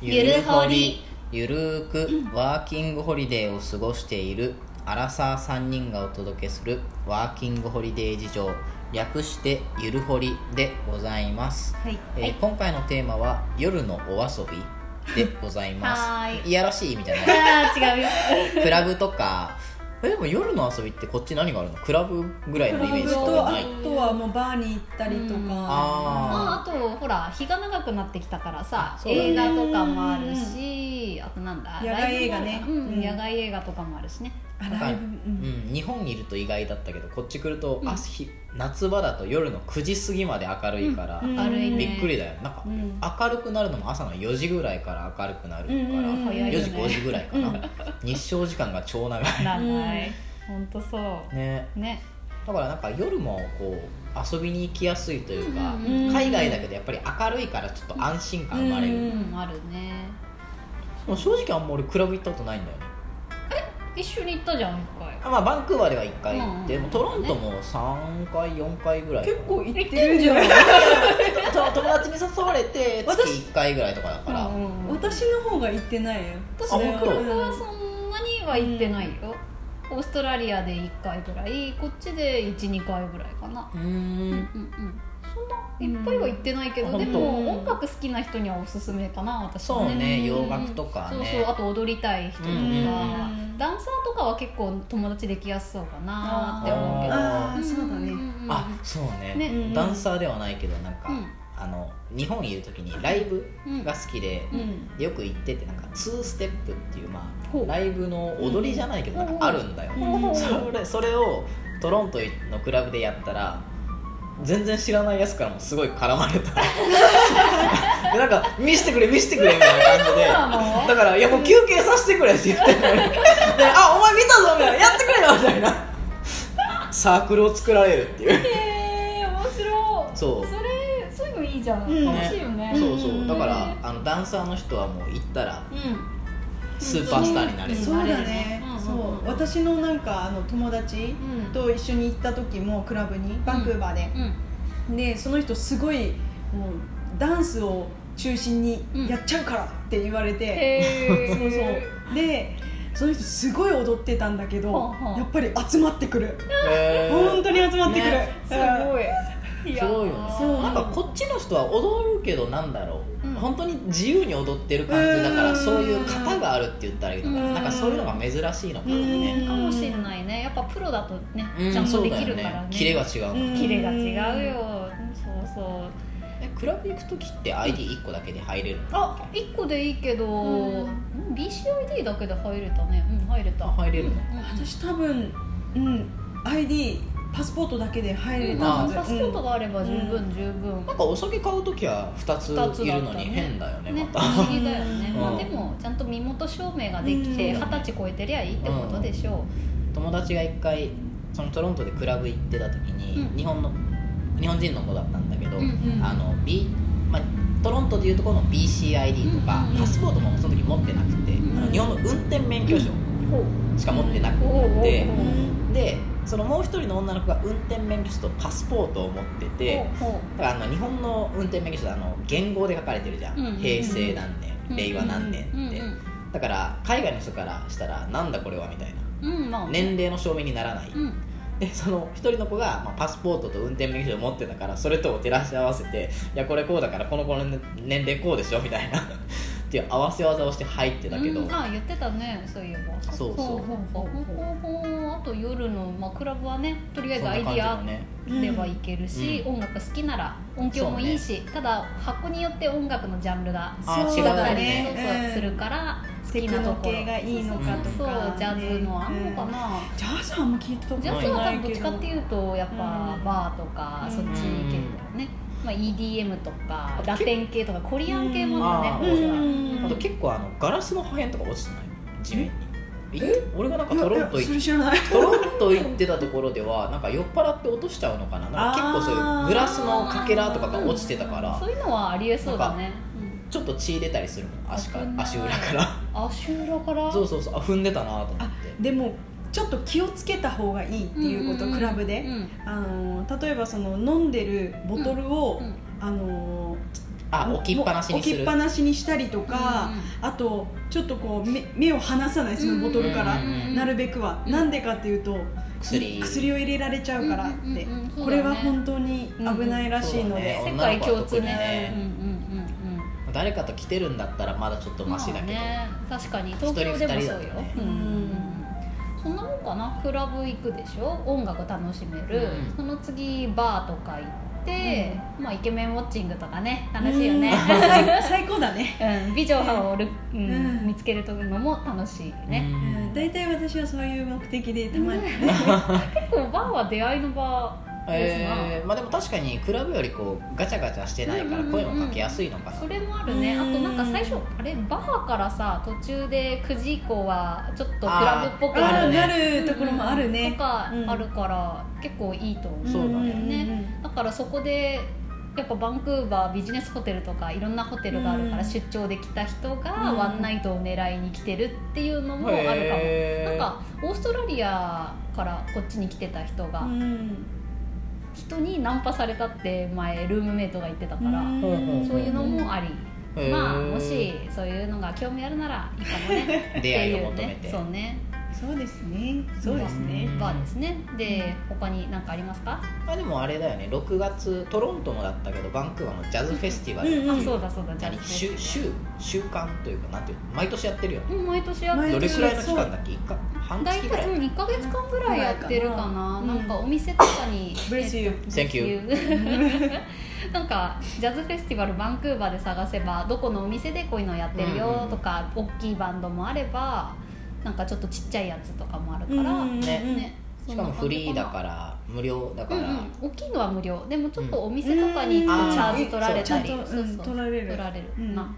ゆるほりゆるーくワーキングホリデーを過ごしているアラサー3人がお届けするワーキングホリデー事情略してゆるほりでございます、はいえーはい今回のテーマは夜のお遊びでございま はすーいいやらしい意味じゃないあー違うよクラブとかえでも夜の遊びってこっち何があるのクラブぐらいクのライメーブジしかとなあいとはもうバーに行ったりとうんか、あ まあ、あとほら日が長くなってきたからさそうだね映画とかもあるしあとなんだ野外映画ねライブもあるかなうんうん野外映画とかもあるしねあなんかライブ、ううんん、日本にいると意外だったけどこっち来ると、うんあひ夏場だと夜の9時過ぎまで明るいから、うん明るいねびっくりだよなんか、うん明るくなるのも朝の4時ぐらいから明るくなるから、うんうんうん早いよ4時ね5時ぐらいかな、日照時間が超長 い長い本当そうねねだからなんか夜もこう遊びに行きやすいというか、うんうんうん海外だけどやっぱり明るいからちょっと安心感生まれる、うんでうんあるねも正直あんま俺クラブ行ったことないんだよね一緒に行ったじゃん一回あまあバンクーバーでは1回行って、うんでもトロントも3回4回ぐらいかな結構行ってるじゃんそう 友達に誘われて月1回ぐらいとかだから、うんうんうん私の方が行ってないよ私あも本当僕はそんなには行ってないよ、オーストラリアで1回ぐらいこっちで12回ぐらいかなうーうんうんんうんそんないっぱいは行ってないけど、うんで本当も音楽好きな人にはおすすめかな私はそうねん洋楽とかねそうそうあと踊りたい人とか、うんうんうんダンサーとかは結構友達できやすそうかなって思うけどあんーんそうだんねんあそうねねうんダンサーではないけどなんか、うんあの日本にいる時にライブが好きで、うんよく行っててなんか2ステップっていう、まほあ、うライブの踊りじゃないけどうなんんかあるんだよ、うんそれそれをトロントのクラブでやったら全然知らないやつからもすごい絡まれ たでなんか見せてくれ見せてくれみたいな感じでそうなのだから「いやもう休憩させてくれ」って言ってんのに「であお前見たぞ」みたいな「やってくれよ」みたいなサークルを作られるっていうへえ面白いそうそれそういうのいいじゃん、うん楽しいよねそうそうだからあのダンサーの人はもう行ったらうんスーパースターになれるそうだね、うんうんうんそう私のなんかあの友達うんと一緒に行った時もクラブにバンクーバーで、うんでその人すごいもうダンスを中心にやっちゃうからって言われて、へそうそうでその人すごい踊ってたんだけどはあはあやっぱり集まってくるへー本当に集まってくる、ねすご いいやすごいよねそうなんかこっちの人は踊るけどなんだろう、うん本当に自由に踊ってる感じだからうんそういう型があるって言ったらいいのかうなんなんかそういうのが珍しいのかもねかもしれないねやっぱプロだとねうんちゃんそうとでだきよるかねらねキレが違うもんうんキレが違うよそうそうえクラブ行く時って ID1 個だけで入れるのあ一1個でいいけどうんうん BCID だけで入れたねうん入れたあ入れるのうん私多分うん ID パスポートだけで入れうんたあはずパスポートがあれば十う分十分なんかお酒買う時は2二つついだるっのたにね変だよねね不ま思議だよねうんまあでもちゃんと身元証明ができて二うん十歳超えてりゃいいってことでしょた友達が1回そのトロントでクラブ行ってた時に、うん日本の日本人の子だったんだけど、ううんうんあの、B まあ、トロントでいうとこの BCID とか、うんうんうんパスポートもその時持ってなくて、んあの日本の運転免許証しか持ってなくおうおうおうて、うんでそのもう一人の女の子が運転免許証とパスポートを持ってて、ほうほうだからあの日本の運転免許証ってあの元号で書かれてるじゃん、うんうんうん平成何年、うん令和何年って、うんうんだから海外の人からしたらなんだこれはみたいなうんまあ年齢の証明にならない、うんでその一人の子が、まあ、パスポートと運転免許証を持ってたからそれとを照らし合わせて「いやこれこうだからこの子の年齢こうでしょ」みたいな っていう合わせ技をして入ってたけど、うんあ言ってたねそういえばそうそうほほほほほあと夜の、まあ、クラブはねとりあえそんなずアイデ感じィだアねではいけるし、うん音楽好きなら音響もいいし、ただ箱によって音楽のジャンルがあそう違うよだねそうそうねするから好きなところテクノ系がいいのかとかそうそうそうジャズもあんのかな、ジャズはあんま聞いたことジャなズいは多分どっちかっていうとやっぱうんバーとかそっち系だよね、まあ、EDM とかラテン系とかコリアン系もあるよね、うん多いあかとら結構あのガラスの破片とか落ちてない地面にい俺がなんかいやトロントいやそ行っれ知らないトロント行ってたところではなんか酔っ払って落としちゃうのかななんか結構そういうグラスのかけらとかが落ちてたからそういうのはありえそうだねちょっと血出たりするもん足か危ない足裏からうん足裏からそうそうそうあ踏んでたなと思っあてでもちょっと気をつけた方がいいっていうこと、んんんクラブで、うんあの例えばその飲んでるボトルを、うんあのあもう置きっぱなしにする置きっぱなしにしたりとか、あとちょっとこう目目を離さないそのボトルから、うんうんうんなるべくは、うんなんでかっていうと薬を入れられちゃうからって、うんうんうんうんそうだねこれは本当に危ないらしいので、そうだね世界女の子は共通ね特にねうんうんうんうん誰かと来てるんだったらまだちょっとマシだけど、まあね、確かに東京でもそうよ、一人二人だとねうんそんなもんかなクラブ行くでしょ音楽楽しめる、うんその次バーとか行って、まあイケメンウォッチングとかね楽しいよね、最最高だねうん、美女をル、うんうん見つけるのも楽しいね、うん大体、私はそういう目的でたまに、ね結構バーは出会いの場ですな、えーまあでも確かにクラブよりこうガチャガチャしてないからうんうんうん声もかけやすいのかな、それもあるねあとなんか最初あれバーからさ途中で9時以降はちょっとクラブっぽくあな るあーねなるところもあるとね、かうんあるから、結構いいと思う、んそうだねだからそこでやっぱバンクーバービジネスホテルとかいろんなホテルがあるからうん出張で来た人がうんワンナイトを狙いに来てるっていうのもあるかも、へーなんかオーストラリアからこっちに来てた人が、うん人にナンパされたって前ルームメイトが言ってたから、うんほうほうそういうのもあり、へーまあもしそういうのが興味あるならいいかもね出会いをっ求ていめうねてそうねそうですねそうですね、うんバーですねで他に何かありますか、まあでもあれだよね6月トロントもだったけどバンクーバーのジャズフェスティバル、うんうんあそうだそうだじゃあ何週週週間というかなんていうの毎年やってるよねうん毎年やってる毎ど年れくらいの期間だっけ一か半大月ぐら体いうん1か月間ぐらいやってるかな、うんなんかお店とかに Bless you えっと Thank you Bless you なんかジャズフェスティバルバンクーバーで探せばどこのお店でこういうのやってるよとか、大きいバンドもあればなんかちょっとちっちゃいやつとかもあるから、ねねしかもフリーだからら無料だうかんら、うん、大きいのは無料でもちょっとお店とかに行うんくあーとチャージ取られたりそうちゃんとうん取られる取られるな、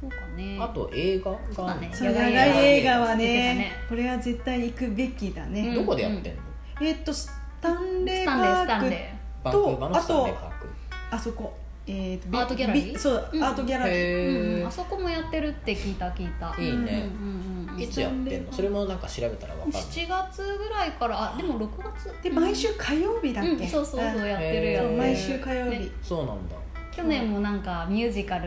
そうかねあと映画そうだが、ねそう長い映画はねこれは絶対行くべきだね、どこでやってんの、えーっとスタンレスーパタンレーバスタンレーークンクーバーのスタンレーとパークあそこえーっとビアートギャラリービそう、うんアートギャラリうーんへうん、えあ、そこもやってるって聞いた聞いたいいね、うんうんうんいつやってんのそれもなんか調べたらわかる7月ぐらいからあでも6月で毎週火曜日だっけ、うん、そうそうそうあやってるへやーっそてうる毎週火曜日、ねそうなんだ去年もなんかミュージカル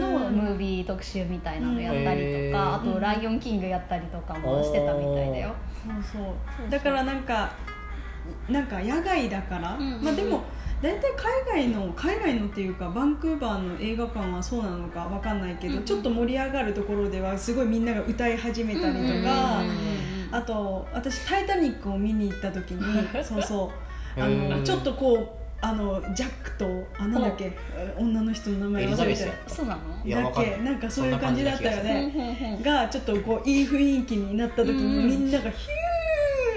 のムービー特集みたいなのやったりとか、うあと「ライオンキング」やったりとかもしてたみたいだよ、そうそそううだからなんかなんか野外だから、うんうんまあでも大体海外の海外のっていうかバンクーバーの映画館はそうなのかわかんないけど、うんうんちょっと盛り上がるところではすごいみんなが歌い始めたりうとか、んうんうんうんあと私「タイタニック」を見に行った 時にそうそうあへーのちょっとこうあのジャックとあなんだっけ女の人の名前エリザベスやっそうなのいやだわっかんなけいなんかそういう感じだったようんねうんうんがちょっとこういい雰囲気になった時うんにみんながヒ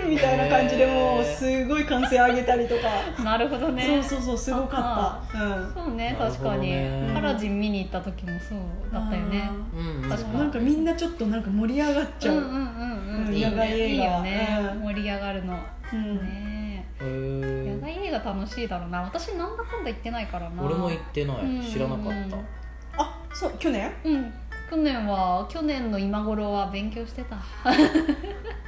ューみたいな感じでもへうーすごい歓声上げたりとか、なるほどねそうそうそうすごかったうんそうねなる確ほどかに、ねアラジン見に行った時もそうだったよねあうんうん確ーになんかみんなちょっとなんか盛り上がっちゃう、うんうんうんうんうんいい野外ね映い画いよね、うん盛り上がるの、うんねへえー野外映画楽しいだろうな私なんだかんだ行ってないからな俺も行ってない、うん知らなかった、あそう去年うん去年は去年の今頃は勉強してた、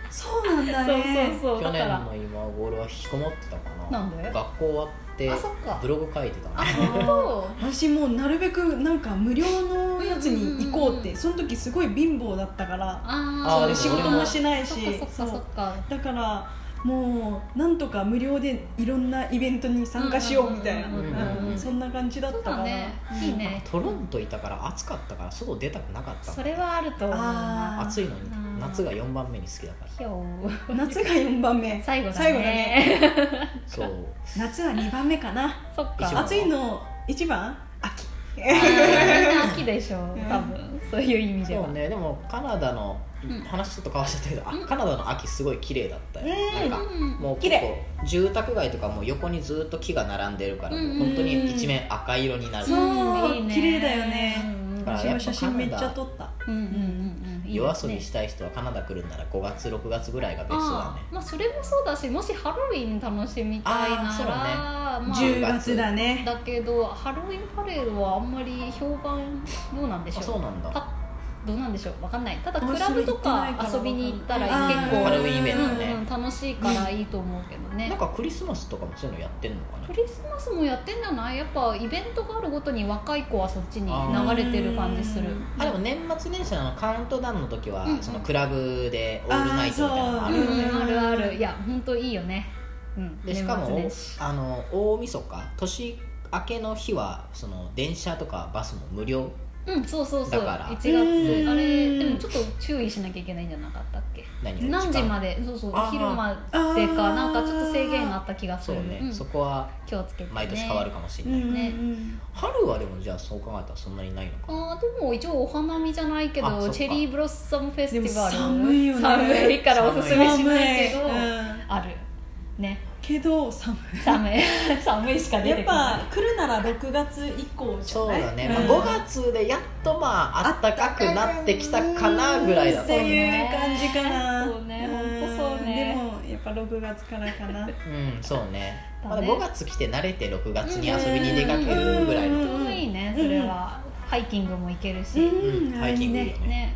そうなんだそうねそうそう去だか年らの今頃は引きこもってたかななんで学校終わってあそっかブログ書いてたあねそ私もうなるべくなんか無料のやつに行こううんうって、んうんうんその時すごい貧乏だったからああーでも俺ーも仕事もしないしそっかそっかそっかだからもうなんとか無料でいろんなイベントに参加しようみたいな、うんうんうんうんうんそんな感じだっそたうだからねいいねトロントいたから暑かったから外出たくなかったそれはあると思うなあ暑いのあにー夏が4番目に好きだからひょう夏が4番目最後だね最後だねそう夏は2番目かなそっ一か番暑いの1番秋みんな好きでしょん多分そういう意味でそはうねでもカナダの、うん話ちょっと変わっちゃったけど、あうんカナダの秋すごい綺麗だったよ、うんなんかうんもう綺結麗構住宅街とかもう横にずっと木が並んでるから、うんもう本当に一面赤色になる、そういいね綺麗だよねうんうんあ私やっぱカもナダ写真めっちゃ撮ったうんうんうん、夜遊びてしたい人はカナダ来るんなら5月6月ぐらいがベストだねまあ、それもそうだしもしハロウィン楽しみたいならあーそうねまあ、 10月だねだけどハロウィンパレードはあんまり評判どうなんでしょうあそうなんだパどうなんでしょう分かんないただ面ク白ラいブとか行ってないから遊びに行ったらあー結構ハロウィンイベントねうんうん楽しいからいいと思うけどね、なんかクリスマスとかもそういうのやってんのかなクリスマスもやってんじゃないやっぱイベントがあるごとに若い子はそっちに流れてる感じするあでも年末年始のカウントダウンの時は、うんそのクラブでオールナイトみたいなのがあうるんよーねあるあるいや本当いいよねうんでしかもお年末年始あの大晦日年明けの日はその電車とかバスも無料うんそうそうそうだから1うん月あれでもちょっと注意しなきゃいけないんじゃなかったっけ何が何時まででそうそうあー昼までかあーなんかちょっと制限があった気がすそうるね、うんそこは気をつけてね毎年変わるかもしれうない、んね春はでもじゃあそう考えたらそんなにないのかあーでも一応お花見じゃないけあそっどかチェリーブロッサムフェスティバルでも寒いよね寒いからおすすめしないけど寒いうんあるねけど寒い寒 い寒いしか出やてっこないぱ来るなら6月以降じゃそうないだね、んまあ、5月でやっとまあ暖かくなってきたかなぐらいだっとて思ういう感じかなそうねほんとそうねんでもやっぱ6月からかなうんそうねまだだね5月来て慣れて6月に遊びに出かけるぐらいの、うんちょうどいいねそれは、ハイキングも行けるし、うんハイキングいいよねね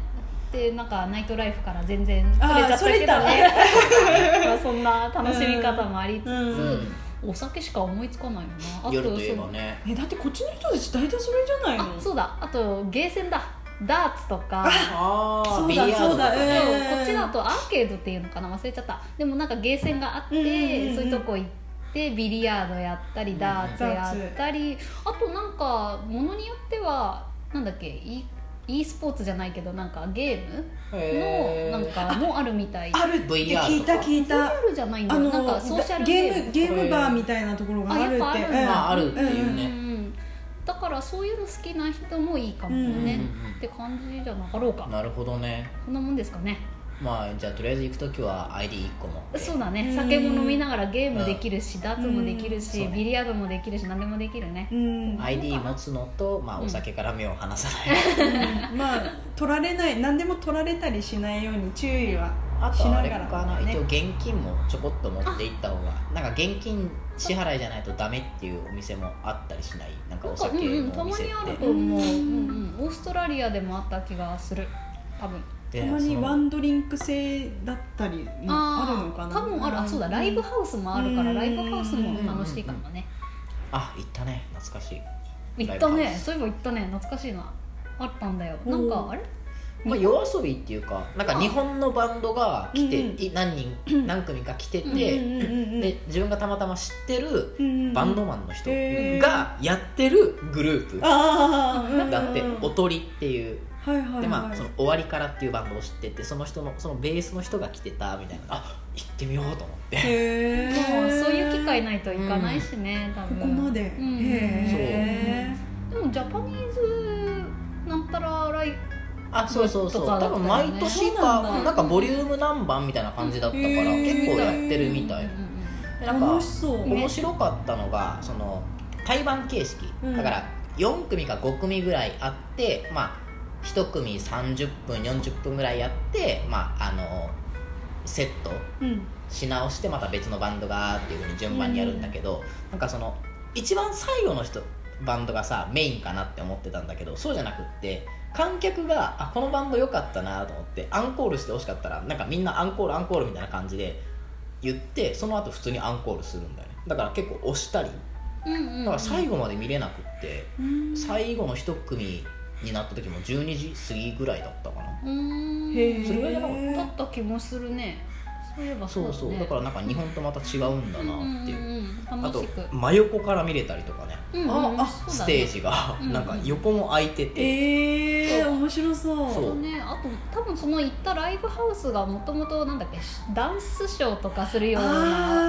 でなんかナイトライフから全然あーそれちゃったそけどね まあそんな楽しみ方もありつつ、うんうんお酒しか思いつかないよなあ夜といえばそうねえだってこっちの人たち大体それじゃないあのそうだあとゲーセンだダーツと かあそあうだビリヤードとかそうそだうねうんこっちだとアーケードっていうのかな忘れちゃったでもなんかゲーセンがあって、うんうんうんそういうとこ行ってビリヤードやったりんダーツやったり、あとなんかものによってはなんだっけ e, e スポーツじゃないけどなんかゲームへのーなんかもあるみたいあるって聞いた VR とか聞いたあるじゃないんだあよのなんかソーシャルゲゲーームムゲームバーみたいなところがあるってあやっぱあるんだうんまああるっていううねんだからそういうの好きな人もいいかもうんね、うんうんって感じじゃなかろうかなるほどねこんなもんですかねまあじゃあとりあえず行く時は ID1 個持ってそうだね、うん酒も飲みながらゲームできるし、ダーツもできるうんし、そうねビリヤードもできるし何でもできるね、うん ID 持つのと、まあ、お酒から目を離さない、まあ取られない何でも取られたりしないように注意はあしとあなれがからな、ね一応現金もちょこっと持っていった方がなんか現金支払いじゃないとダメっていうお店もあったりしないなんかなおんかう酒んうんのたおま店っにあるてと思う、ううんんうん、オーストラリアでもあった気がする多分でたまにそのワンドリンク制だったりもあるのかな多分あるあそうだライブハウスもあるから、うんライブハウスも楽しいかもね、あ行ったね懐かしい、うん行ったライブハねウスそういえば行ったね懐かしいなあったんだよおーなんかあれまあ、夜遊びっていうかなんか日本のバンドが来て、うんうんい何人何組か来てうんて、うんうんうんうんで自分がたまたま知ってるババンドマンの人へーがやってるグループああだって「おとり」っていうはいはいはいでまあその終わりからっていうバンドを知っててその人のそのベースの人が来てたみたいなあ行ってみようと思ってへもうえそういう機会ないと行かないしね、多こ分こまでへうんえでもジャパニーズなんたらライあそうそうそうとかだ多ったよ分ね毎年そかうなんなだんかボリューム何番みたいな感じだったからへー結構やってるみたいうんうんうんでなんか楽しそう面白かったのがその対バン形式うんだから4組か5組ぐらいあってまあ1組30分40分ぐらいやってまああのセットうんし直してまた別のバンドがっていうふうに順番にやるんだけど、なんかその一番最後の人バンドがさメインかなって思ってたんだけどそうじゃなくって観客があこのバンド良かったなと思ってアンコールしてほしかったらなんかみんなアンコールアンコールみたいな感じで言ってその後普通にアンコールするんだよねだから結構押したりうんうんうんだから最後まで見れなくって、うん最後の一組になった時も12時過ぎぐらいだったかなうーんへえそれぐらいだからだった気もするねそういえばそうだそうねだからなんか日本とまた違うんだうんなっていう,、うんうんあ楽としく真横から見れたりとかねうんうんああそうスだねテージがうんなんか横も空いてて、ええ面白そうそうね、あと多分その行ったライブハウスがもともとなんだっけダンスショーとかするようあ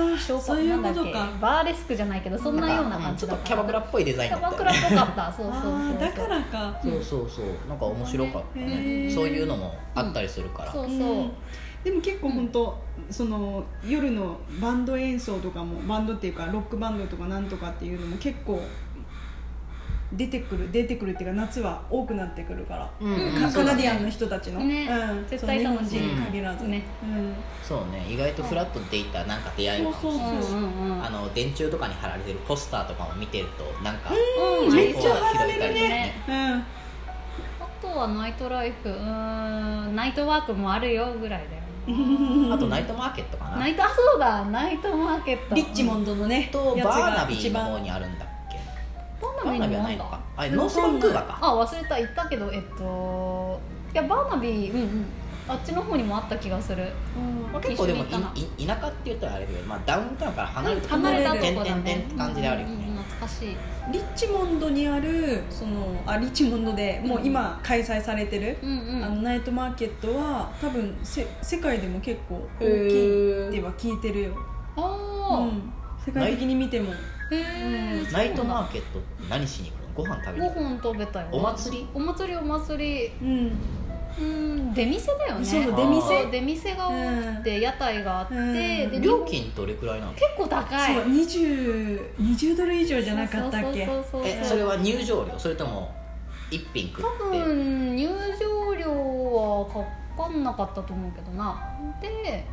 なーショーそういうなこんだとっかけバーレスクじゃないけどそんなようなか感ちじょっだとったキャバクラっぽいデザインキだっャバたクよラねっぽか ったそうそうそうああだからかそうそうそうなんか面白かったねへーそういうのもあったりするから、そうそう、んでも結構本当、その夜のバンド演奏とかもバンドっていうかロックバンドとかなんとかっていうのも結構出てくる出てくるっていうか夏は多くなってくるから、うんうんカそうカだナねディアンの人たちの、ねうん、絶対楽しいそう日本人に限らず、ねうん、そうね意外とフラットでいたなんか出会いもそうそううんうんうんあの電柱とかに貼られてるポスターとかも見てるとなんかうんめ情報っちゃが貼られ広いるねたりとかねうんあとはナイトライフうーんナイトワークもあるよぐらいだよ ねあとナイトマーケットかナなイトあそうだナイトマーケットリッチモンドのねとやつバーナがビ一ーの方番にあるんだっけババーーナナビビーはーもあなんいだのかあれノースバンクーバーかあ忘れた言ったけどえっといやバーナビーうんうんあっちの方にもあった気がするまあ、結構でもい一緒に行ったない田舎って言ったらあれだけど、まあ、ダウンタウンから離れて離れたと点こだ々点ね々って感じであるよね、うんうん懐かしいリッチモンドにあるそのあリッチモンドでもう今開催されてる、うんうんあのナイトマーケットは多分せ世界でも結構大きいっては聞いてるよ、うあん、世界的に見てもあへえナイトマーケットって何しに行くのご飯食べごに行くの飯食べたよお祭りお祭りお祭りうん、うん出店だよねそうそうあー出店出店が多くて屋台があって、うんで料金どれくらいなの結構高いそう 20, 20ドル以上じゃなかったっけそうそうそうそうえそれは入場料それとも一品食多って分入場料はかかんなかったと思うけどなで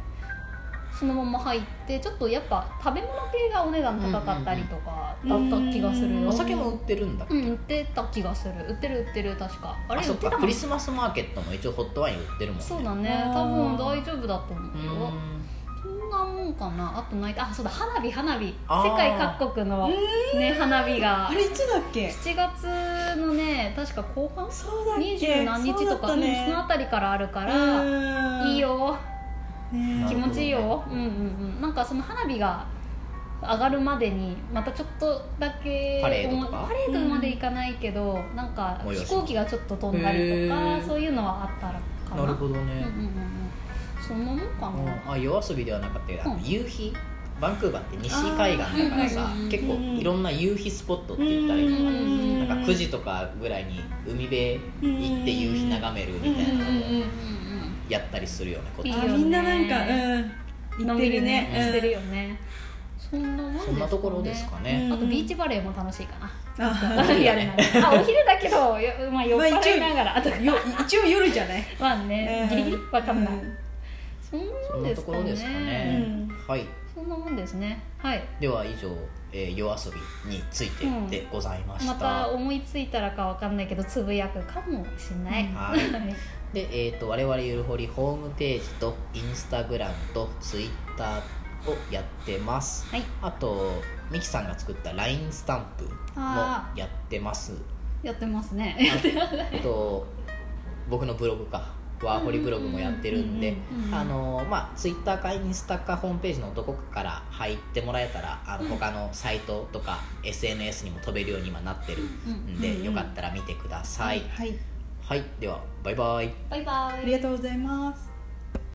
そのまま入ってちょっとやっぱ食べ物系がお値段高かったりとかだった気がするよ、うんうんうんお酒も売ってるんだっけ、うん売ってた気がする売ってる売ってる確かああれ売そっってかたクもんリスマスマーケットも一応ホットワイン売ってるもんねそうだねあー多分大丈夫だとう思うよんそんなもんかなあとないあそうだ花火花火世あー界各国のね花火があれいつだっけ7月のね確か後半そうだっけ二十何日とそかうだったうんねそのあたりからあるからいい、ようんね気持ちいいよ、うんうんうんなんかその花火が上がるまでにまたちょっとだけパレードとかパレードまで行かないけど、なんか催し飛行機がちょっと飛んだりとへかーそういうのはあったらかななるほどうんうんね、うんうんそのもんかうんなあ夜遊びではなかったけどあのうん夕日バンクーバーって西海岸だからあさー結構うんいろんな夕日スポットって言ったらいいのかなうんなんか9時とかぐらいに海辺行って夕日眺めるみたいなのをうんうんうんやったりするよねこっいいちよあねみんななんかうん行のっんびてりるねねうんしてるよね、そんなもんですかそんねなところですかうねんあとビーチバレーも楽しいかな、あやれないあお昼だけどよまあ酔っ払いながら、 あとよ一応夜じゃないまあね、うん ギリギリわかんない、うんそんなそもんんなでとすこかろねですかねうんはいそんなもんですねはいでは以上、えー、夜遊びについてでございましまたた、思いついたらかわかんないけどつぶやくかもしれない、うんはいはいで、えー、と我々ゆるほりホームページとインスタグラムとツイッターをやってますはいあとミキさんが作った LINE スタンプもあやってますやってますねあと僕のブログかワーホリブログもやってるんでうんうんうんうんあのまあツイッターかインスタかホームページのどこかから入ってもらえたらあの他のサイトとか SNS にも飛べるように今なってるんうんうんうでんよかったら見てくださいはいはいではバイバイバイバあイりがとうございます